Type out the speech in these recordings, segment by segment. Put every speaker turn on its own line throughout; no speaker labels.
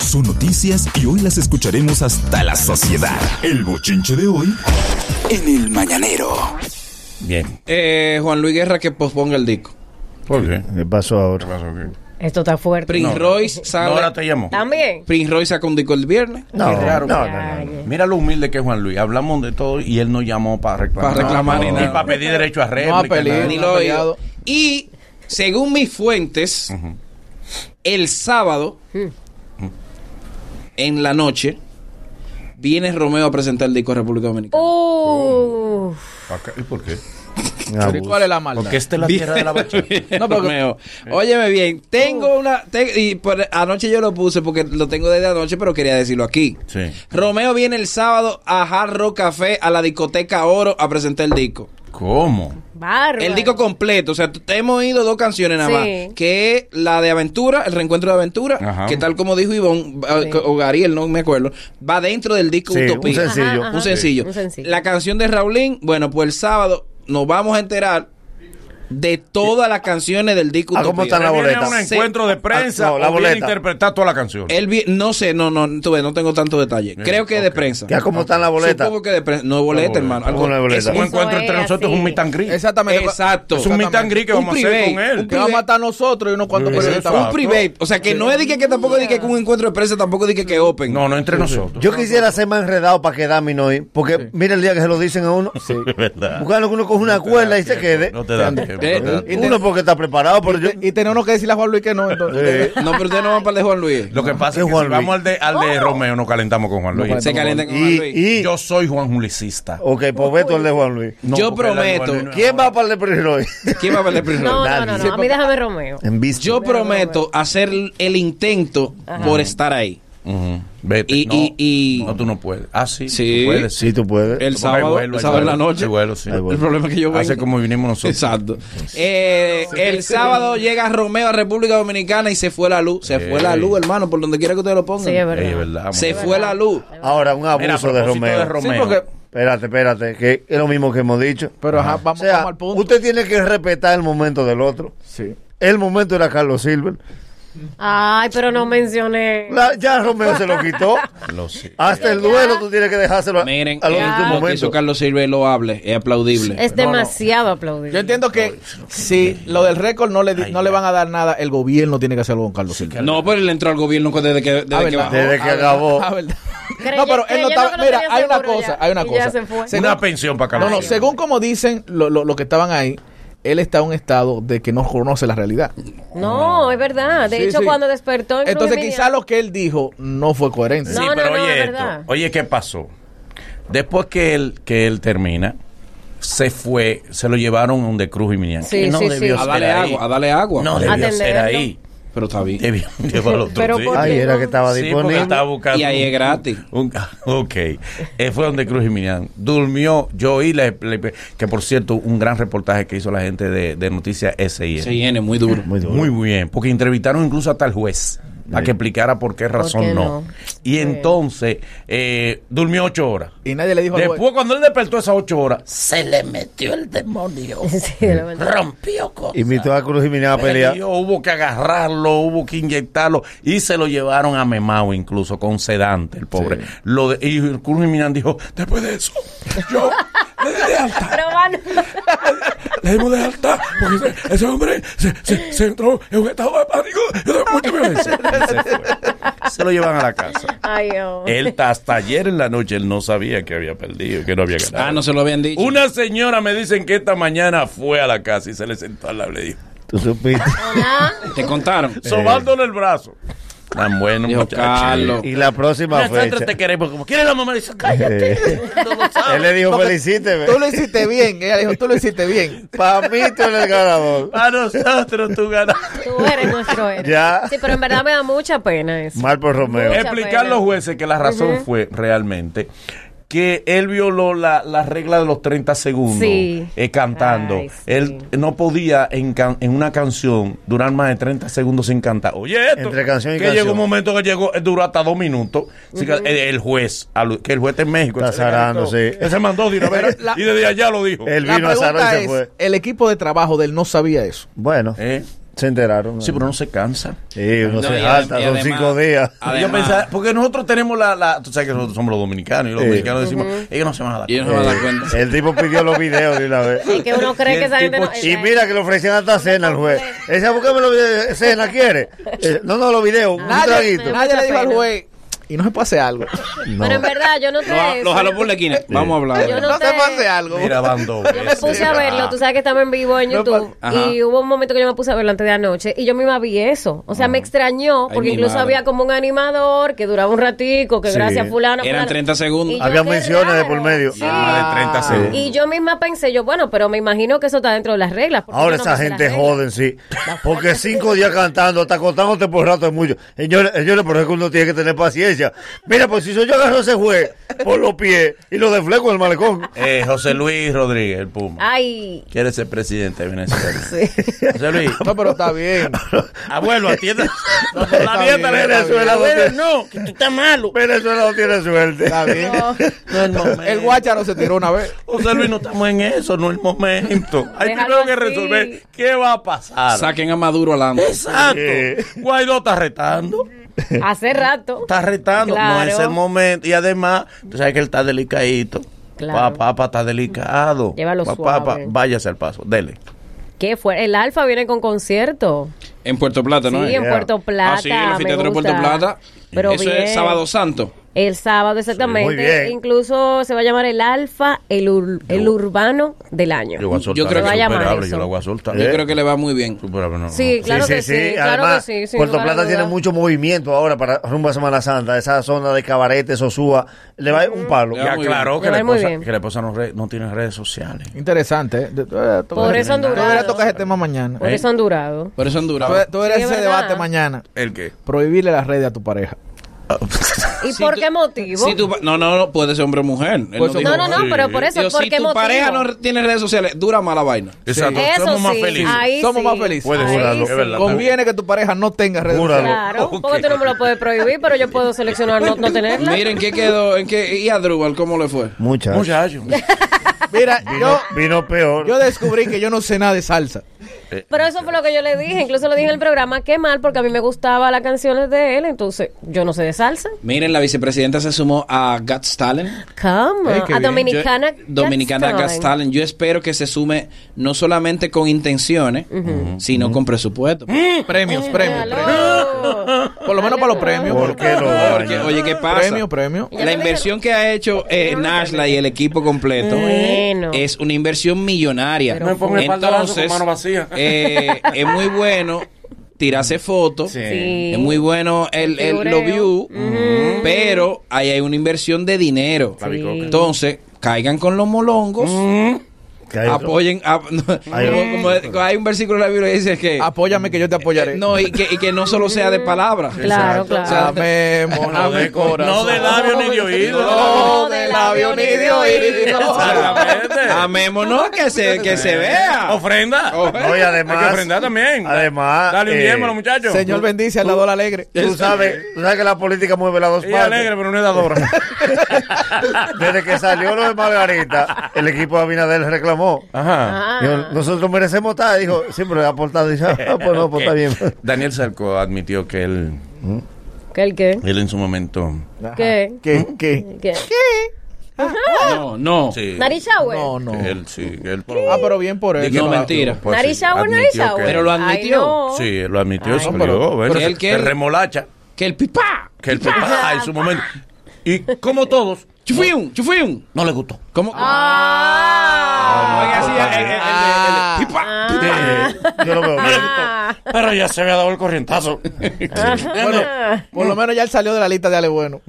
son noticias y hoy las escucharemos hasta la saciedad. El bochinche de hoy en el mañanero.
Bien.
Eh, Juan Luis Guerra que posponga el disco.
¿Por qué?
¿Qué pasó
¿Qué
ahora?
pasó? ¿Qué?
Esto está fuerte.
Prince
No.
Royce sale.
No, ahora te llamo.
También.
Prince Royce saca un disco el viernes.
No,
Qué raro.
no, no, no, no.
Calle.
Mira lo humilde que es Juan Luis. Hablamos de todo y él no llamó para reclamar.
Para reclamar ni
ni
nada.
para pedir derecho a réplica.
No ha peleado,
nada.
ni lo ha oído. Y según mis fuentes, el sábado en la noche viene Romeo a presentar el disco a República Dominicana.
Uf.
Acá- ¿Y por qué?
Un abuso.
¿Cuál es la maldad?
Porque esta es la tierra de la bachata.
No, Oh. porque- Romeo. Óyeme bien, tengo una. te- y por- anoche yo lo puse porque lo tengo desde anoche, pero quería decirlo aquí.
Sí.
Romeo viene el sábado a Hard Rock Café a la discoteca Oro a presentar el disco.
¿Cómo?
Bárbaro.
El disco completo, o sea, t- te hemos oído dos canciones nada
Sí.
más, que es la de Aventura, el reencuentro de Aventura,
Ajá.
que tal como dijo Ivonne va-
Sí.
o Gariel, no me acuerdo, va dentro del disco
Sí, un
Utopía.
sencillo.
Ajá, ajá.
Un sencillo.
Un sencillo.
La canción de Raulín, bueno, pues el sábado nos vamos a enterar de todas las canciones del disco
Ah, ¿cómo
Utopía.
están La
¿Viene
boleta.
a un encuentro de prensa
Ah, no, la
o viene a
boleta.
interpretar toda la canción?
Él vi- no sé, no, no, tú ves, no tengo tanto detalle. Creo que de prensa.
Eh, ¿Ya cómo está la boleta?
Supongo que de prensa. No es boleta,
boleta.
hermano.
¿Cómo no es boleta?
Es
un
Eso
un-
encuentro
es
entre nosotros
así.
un meet and greet.
Exactamente.
Exacto.
Es un meet and greet que
Un
vamos a hacer con
private,
él.
un Mm.
Que vamos a estar nosotros y unos cuantos
Sí,
periodistas.
eso.
Un private. O sea, que no es de que, que tampoco es de que un encuentro de prensa, tampoco es de que, que open.
No, no entre nosotros.
Yo quisiera ser más enredado para quedarme y no ir, porque mira el día que se lo dicen a uno.
verdad.
Buscando que uno coge una cuerda y se quede.
No te dan tiempo.
Eh,
no te dan
Y uno porque está preparado, pero yo...
Y tenemos que decirle a Juan Luis que no. entonces.
No, pero ustedes no van para el de Juan Luis.
Lo que pasa
es
es que
Juan
si
Luis.
vamos al de, al
Oh.
de Romeo, nos calentamos con Juan Luis.
Se calientan con Juan Luis.
Y, y...
Yo soy Juan Julicista.
Ok, pues veto el de Juan Luis.
No,
Yo
porque la de Juan
prometo.
Luis no es
¿Quién va
ahora.
para el de Prince hoy?
¿Quién va para el de Prince
No,
Royce?
no, no, no. A mí déjame Romeo.
En visto.
Yo prometo hacer el intento por estar ahí.
Ujú. Vete.
Y-
no,
y- y-
no, tú no puedes. Ah, sí.
Sí.
tú puedes,
Sí, tú puedes.
El
Porque hay
sábado,
vuelo,
el
hay
sábado en la
vuelo,
noche.
hay vuelo, sí.
Hay vuelo.
El problema es que yo vengo.
Hace como vinimos nosotros.
Exacto. Eh, el sábado llega Romeo a República Dominicana y se fue la luz. Se fue la
Ey.
luz, hermano, por donde quiera que ustedes lo pongan.
Sí, es
Ey,
verdad.
verdad,
se
amor.
fue la luz.
Ahora, un
Mira, a
abuso de
propósito
Romeo.
Sí, porque-
Espérate, espérate, que es lo mismo que hemos dicho.
Pero ajá, vamos,
o sea,
vamos al punto.
usted tiene que respetar el momento del otro.
Sí.
El momento era Carlos Silver.
Ay, pero no mencioné.
La- ya Romeo se lo quitó.
Lo sé.
Hasta el duelo tú tienes que dejárselo a,
Miren,
a los
eh,
de tu
lo que hizo
momento.
Carlos Silva es loable, es aplaudible.
Es demasiado aplaudir.
Yo entiendo que si lo del récord no le, di- no le van a dar nada, el gobierno tiene que hacerlo con Carlos Silva.
No, pero él entró al gobierno desde que, desde
Ah,
que
¿verdad?
bajó.
Desde que
Ah,
acabó.
ah, ¿verdad?
Creyendo-
No, pero él no
creyendo
estaba.
que no
Mira,
tenía
hay una
seguro
cosa,
ya.
hay una
Y ya
cosa.
se fue.
Según-
Una pensión para Carlos.
No, no, según como dicen los lo, lo que estaban ahí, él está en un estado de que no conoce la realidad.
No, es verdad. De
Sí,
hecho,
sí.
cuando despertó en
Entonces,
Cruz
quizá
Media-
lo que él dijo no fue coherente.
Sí,
No,
pero
no, no,
oye
es
esto.
verdad.
Oye, ¿qué pasó? Después que él, que él termina, se fue, se lo llevaron a un de Cruz y Minian.
Sí,
Que no
sí,
debió
sí.
A
ser
darle
ahí.
agua, a darle agua.
No debió
Atenderlo.
ser ahí.
Pero está bien.
Debió llevarlo a otro
Pero
sitio.
por-
Ay, era que Ah, estaba
Sí, porque
disponible.
estaba buscando.
Y ahí es gratis.
Un- ok, Eh, fue donde Cruz y Minian. Durmió, yo oí, la- la- que por cierto, un gran reportaje que hizo la gente de, de Noticias SIN.
Se viene muy duro.
Muy duro.
Muy bien, porque entrevistaron incluso hasta el juez a que explicara por qué razón
qué
no.
no?
Y entonces eh, durmió ocho horas.
Y nadie le dijo al
Después,
juez,
cuando él despertó esas ocho horas,
se le metió el demonio.
Sí, la verdad.
Rompió con.
Invitó a Cruz Jiménez a pelear.
peleó, hubo que agarrarlo, hubo que inyectarlo y se lo llevaron a Memao incluso con sedante, el pobre. Lo de- y el Cruz Jiménez dijo, después de eso, yo le di de alta,
Pero van.
le dimos de alta, porque ese, ese hombre se, se- se entró en un estado de pánico y de mucha violencia. Y se fue. Se lo llevan a la casa.
Ay, oh.
Él ta- hasta ayer en la noche él no sabía que había perdido, que no había ganado.
Ah, no se lo habían dicho.
Una señora me dicen que esta mañana fue a la casa y se le sentó al lado y le dijo,
Tú supiste.
Te contaron.
sobándole el brazo. Tan bueno,
Dijo
muchacho.
Carlos.
Y la próxima fecha.
Nosotros te queremos como quiere la mamá. Dice, cállate.
Eh,
tú no sabes.
él le dijo, felicíteme.
tú lo hiciste bien. Ella dijo, tú lo hiciste bien.
Para mí tú eres el ganador.
A nosotros tú ganaste.
Tú eres nuestro héroe.
Ya.
Sí, pero en verdad me da mucha pena eso.
Mal por Romeo.
Mucha
Explicar
pena.
los jueces que la razón fue realmente que él violó la, la regla de los 30 segundos
Sí.
eh, cantando.
Ay, sí.
Él no podía en, can- en una canción durar más de 30 segundos sin cantar. Oye, esto,
Entre canción y
que
canción.
llegó un momento que llegó, eh, duró hasta dos minutos. Así que el, el juez, al- que el juez está en México.
Está
se le calentó.
zarando, sí.
Él se mandó de una vez,
Pero la-
y desde allá lo dijo.
Él
La
vino a Saro y
pregunta
se
es,
fue.
el equipo de trabajo de él no sabía eso.
Bueno,
¿Eh?
Se enteraron.
Sí, pero no se cansa.
Sí, uno
No,
se
y
jalta,
adem- y
son
además-
cinco días.
Además-
Yo pensaba, porque nosotros tenemos la, la- Tú sabes que nosotros somos los dominicanos y los
Sí.
dominicanos decimos, ellos no se van a dar
Y
cuenta.
no me da cuenta.
Eh, El tipo pidió los videos de una vez.
Es que uno
Y
cree
el
que esa gente
tipo-
no. Eh,
Y mira que le ofrecían hasta cena al juez. Esa, ¿por qué me los videos? ¿Cena quiere? Eh, no, no, los videos. Un
Nadie,
traguito.
nadie le dijo al
pena.
juez. Y no se puede hacer algo.
eh, Pero en verdad, yo no te.
Lo, lo jaló por la esquina. Vamos a hablar.
Yo
No, se
sé.
puede hacer algo.
Mira, van dos
Yo me puse a
veces.
verlo, tú sabes que estaba en vivo en
No
YouTube
Este, pa- Ajá.
y hubo un momento que yo me puse a verlo antes de anoche y yo misma vi eso. O sea, me
Ah.
extrañó
Ay,
porque
mi
incluso
madre.
había como un animador que duraba un ratico, que
Sí.
gracias fulano.
Eran
fulano.
30 segundos.
Y yo,
Había
qué
menciones de
raro.
por medio. Ah,
Sí.
Más de 30 segundos.
Y yo misma pensé, yo, bueno, pero me imagino que eso está dentro de las reglas. ¿por qué
Ahora
yo no me
esa
sé las
gente
reglas?
joden, sí. Porque cinco días cantando, hasta contándote por rato es mucho. Señores, señores, por eso que uno tiene que tener paciencia. Mira, pues si soy yo agarro a ese juez por los pies y lo defleco en el malecón.
Eh, José Luis Rodríguez, el
Ah.
Puma.
Ay,
Quiere ser presidente de Venezuela. José Luis.
No, pero está bien.
Abuelo, atienda. No,
está
la mierda
bien,
de
está
Venezuela.
bien.
abuelo, no, que tú estás malo.
Venezuela no tiene suerte.
Está bien.
No es momento.
El guácharo se tiró una vez.
José Luis, no estamos en eso, no es el momento. Hay
Déjalo
primero que
así.
resolver qué va a pasar.
Saquen a Maduro al hambre.
Exacto.
Eh.
Guaidó está retando.
hace rato.
Está retando. No
Claro.
es el momento. Y además, tú sabes que él está delicadito.
Claro.
Pa- Papá está delicado.
Llévalo
Pa-
suave.
papá, váyase al paso. Dele.
¿Qué fue? El Alfa viene con concierto.
En Puerto Plata, ¿no?
sí,
es?
en Puerto Plata.
Ah, sí, en el anfiteatro
me
de Puerto
gusta.
Plata.
Pero
Eso
bien.
es Sábado Santo.
El sábado, exactamente.
muy bien.
Incluso se va a llamar el Alfa, el, ur- el urbano del año.
Yo voy a soltar.
creo que-
es
Se va a llamar
superable, Yo
eso.
lo voy a soltar.
Eh.
Yo creo que le va muy bien.
Superable, no,
Sí, claro que sí. claro
Además,
que sí, sin
Puerto
lugar a
Plata tiene
dudas.
mucho movimiento ahora para rumbo a Semana Santa. Esa zona de Cabarete, Sosúa, le va un palo.
no.
Ya,
Y aclaró
bien.
que
Le
la,
va muy
esposa,
bien.
que la esposa no, re- no tiene redes sociales.
Interesante. ¿eh? De- tú deberías tocar
Por
ese-
eso han
tú deberías
durado.
tocar ese tema mañana.
Por eso han durado.
Por eso han
Tú,
durado.
tú deberías
Sí, es
ese
verdad.
debate mañana.
¿El qué?
Prohibirle las redes a tu pareja.
Ah,
¿Y
Si
por
tú-
qué motivo?
si tu pa- no, no, no, puede ser hombre o mujer. Él
Pues
no dijo-
no, no, no,
Sí.
pero por eso,
Digo,
¿por
si
qué
tu
motivo?
pareja no tiene redes sociales, dura mala vaina.
Exacto.
Eso
Somos más
sí,
felices.
ahí
Somos
sí,
más felices.
Puede
ahí
jurarlo,
sí.
es verdad.
Conviene que tu pareja no tenga redes
Júralo.
sociales.
Claro,
Ok.
porque tú no me lo puedes prohibir, pero yo puedo seleccionar no, no tenerla.
Miren, ¿qué quedó? ¿En qué? ¿Y a Drubal cómo le fue?
Muchas.
Muchacho.
Mira,
Vino,
yo,
vino peor.
yo descubrí que yo no sé nada de salsa.
Pero eso fue lo que yo le dije, incluso lo dije en el programa, qué mal, porque a mí me gustaba las canciones de él, entonces yo no sé de salsa.
Miren, la vicepresidenta se sumó a Guts Talent.
Come
Ey,
on.
qué
a
bien.
Dominicana.
Yo- Dominicana
Gas
Guts
Time.
Talent. Yo espero que se sume no solamente con intenciones, sino con presupuesto.
Premios,
Eh,
premios, premios.
Hello.
Por lo menos para los premios.
¿Por qué lo
Porque,
daña?
oye, ¿qué pasa?
Premio, premio.
Ya te
La inversión que ha hecho eh, Nashla y el equipo completo
Bueno.
es una inversión millonaria.
Pero No me
ponga espaldarazo con mano vacía.
eh, es muy bueno tirarse fotos.
Sí.
Es muy bueno el, el,
Figureo.
lo view, pero ahí hay una inversión de dinero.
Sí.
Entonces, caigan con los molongos,
Que hay-
apoyen. a- como- como- hay un versículo en la Biblia que dice que.
Apóyame que yo te apoyaré.
No, y que, y que no solo sea de palabras.
Claro,
O
claro.
sea, me
No de,
corazón.
no de labio ni de oído.
No de labio ni de oído.
Exactamente.
Amémonos que se, que se vea.
Ofrenda.
No, y además-
Hay que ofrendar también.
además,
Dale un
eh,
diezmo a los muchachos.
Señor bendice al dador alegre.
Tú sabes, tú sabes que la política mueve las dos
Ella
partes.
alegre, pero no es dadora.
Desde que salió lo de Margarita, el equipo de Abinader reclamó.
Ajá.
Ah.
Dijo, nosotros merecemos estar. Dijo, siempre ha aportado. Dice, ah, pues no, pues está bien.
Eh, Daniel Sarco admitió que él,
¿Qué, el qué?
él en su momento.
¿Qué?
¿Qué? ¿Qué?
¿Qué?
No, no.
Sí.
¿Nariz shower?
No, no.
que Él sí. que Él,
Ah, pero bien por él.
que
No,
lo-
mentira.
pues,
¿Nariz
sí,
shower, nariz
admitió
shower?
que-
Pero lo
Ay,
admitió.
no.
Sí, lo admitió,
Ay,
se
no,
obligó, ¿ves?
pero
Se-
él que-
se remolacha.
Que el pipá.
Que el papá en su momento. Y como todos,
Chufium, chufium.
no le gustó.
¿Cómo?
Ah.
Oiga, sí, el- el- el-
Ah,
el- el- pipá.
Sí, yo lo
Ah.
veo bien.
Pero ya se había dado el corrientazo.
Bueno, por lo menos ya él salió de la lista de Ale Bueno.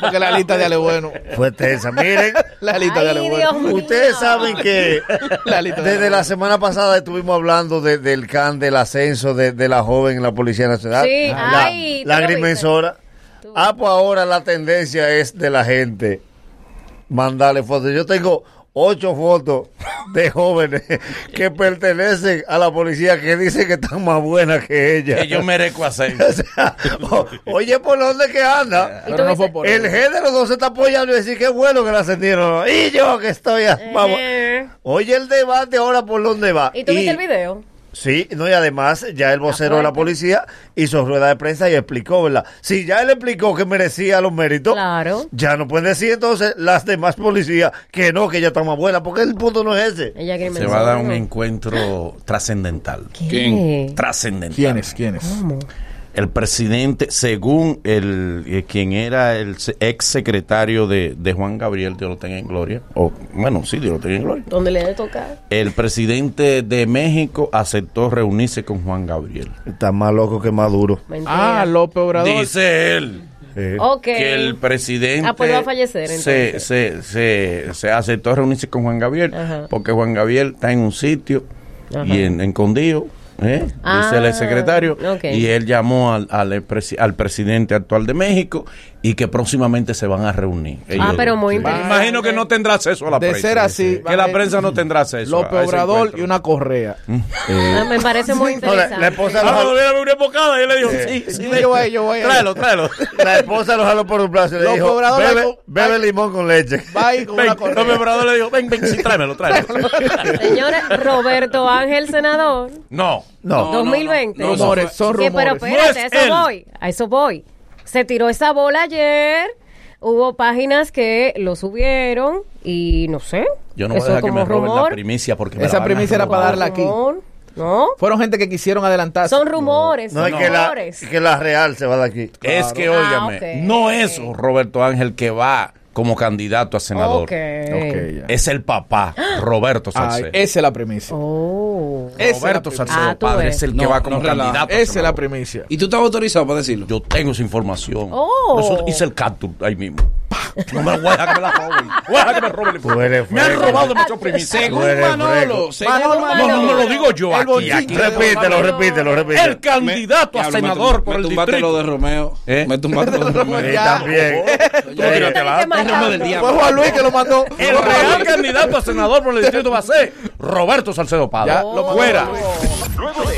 Porque la lista de Ale Bueno.
Fue tensa. Miren,
La lista de Ale
Ay, Dios
Bueno.
mío.
ustedes saben que
La lista de
desde la semana pasada estuvimos hablando de- del can, del ascenso de, de la joven en la Policía Nacional.
Sí,
la,
ay, tú
la
lo viste.
agrimensora. Ah, pues ahora la tendencia es de la gente mandarle fotos. Yo tengo ocho fotos de jóvenes que pertenecen a la policía que dicen que están más buenas que ella.
Que yo merezco hacer.
O sea, o- oye, ¿por dónde que anda?
Y tú
Pero no
dices-
fue por
El
él.
G de los dos se está apoyando y decir qué bueno que la ascendieron. Y yo que estoy. a- Vamos.
Eh.
Oye, el debate ahora por dónde va.
¿Y tú viste el video?
Sí, no, y además ya el vocero de la
fuerte.
policía hizo rueda de prensa y explicó, ¿verdad? Si ya él explicó que merecía los méritos,
Claro.
ya no pueden decir entonces las demás policías que no, que ya están más buenas, porque el punto no es ese.
Ella que
Se va a dar un encuentro trascendental.
¿Quién?
Trascendental.
¿Quiénes? ¿Quiénes?
El presidente, según el eh, quien era el se- ex secretario de, de Juan Gabriel, Dios lo tenga en gloria. O, bueno, sí, Dios lo tenga en gloria.
¿Dónde le debe tocar?
El presidente de México aceptó reunirse con Juan Gabriel.
Está más loco que más duro.
Mentira.
Ah, López Obrador.
Dice él
Eh,
Ok.
que el presidente
Ah, pues va a fallecer,
se, se,
entonces.
se, se aceptó reunirse con Juan Gabriel
Ajá.
porque Juan Gabriel está en un sitio
Ajá.
y en, en Condío. ¿eh?
Ah,
dice el secretario
ok.
y él llamó al, al, presi- al presidente actual de México y que próximamente se van a reunir.
Ah, pero muy
Sí.
interesante.
Imagino que no tendrá acceso a la
De
prensa.
ser así,
que
van a
la
ir
prensa no tendrá acceso. a- a
López
ese
Obrador
encuentro. Mm.
y una correa.
Ah, me parece muy
no, la,
interesante.
la esposa
Ah,
lo
le dieron una bocada y él le dijo, sí, sí,
Yo
ven.
voy, yo voy.
Tráelo, tráelo.
la esposa lo jaló por un plazo y le
Los
dijo,
cobradores
bebe,
con-
bebe
ay.
limón con leche.
Va ahí con
Ven,
una correa.
López Obrador le dijo, ven, ven, sí, tráemelo, tráemelo.
Señores, Roberto Ángel, senador,
No.
No.
2020.
no, no,
Rumores,
no.
son
Sí, pero
rumores.
espérate,
No
a
es
eso
él.
voy, a eso voy. Se tiró esa bola ayer, hubo páginas que lo subieron y no sé.
Yo no voy a
eso
dejar que
como
me roben la
rumor,
primicia porque me
Esa
la van a
primicia era
robar.
para darla aquí.
rumor, No,
Fueron gente que quisieron adelantarse.
son rumores,
No,
son
es que la,
rumores.
que la real se va de aquí.
Es que,
Ah,
óigame,
ok.
no es Roberto Ángel que va como candidato a senador.
Ok.
Ok, ya.
Es el papá, Roberto
Ay,
Salcedo.
esa es la primicia.
Oh.
esa
Roberto
es la
Salcedo,
primicia. Ah, tú
padre,
ves.
es el que
No,
va como
no relaja.
candidato. a
Esa es la
senador.
primicia.
¿Y tú estás autorizado para decirlo?
Yo tengo esa información.
Oh.
Por eso hice el capture ahí mismo. No me voy a dejar que me la roben. Voy a dejar que me roben. la
Tú eres
información. Me han
fuerte.
robado mucho primicia.
Tú eres fresco.
Manolo,
No, no,
Manolo.
no lo digo yo
El
aquí.
bochinche
aquí.
de
Repítelo, repítelo,
Pues,
repítelo.
El candidato a
Diablo, me
senador
tum-
por
me
el
tumbaste lo
distrito.
de Romeo.
¿Eh?
Me tumbaste lo de
Y
Romeo.
también.
Tenés que marcar
Romeo del
otro.
Fue Juan Luis que lo mandó.
El real candidato a senador por el distrito va a ser Roberto Salcedo Padre.
Ya, lo mandó
Fuera.
Juan Luis.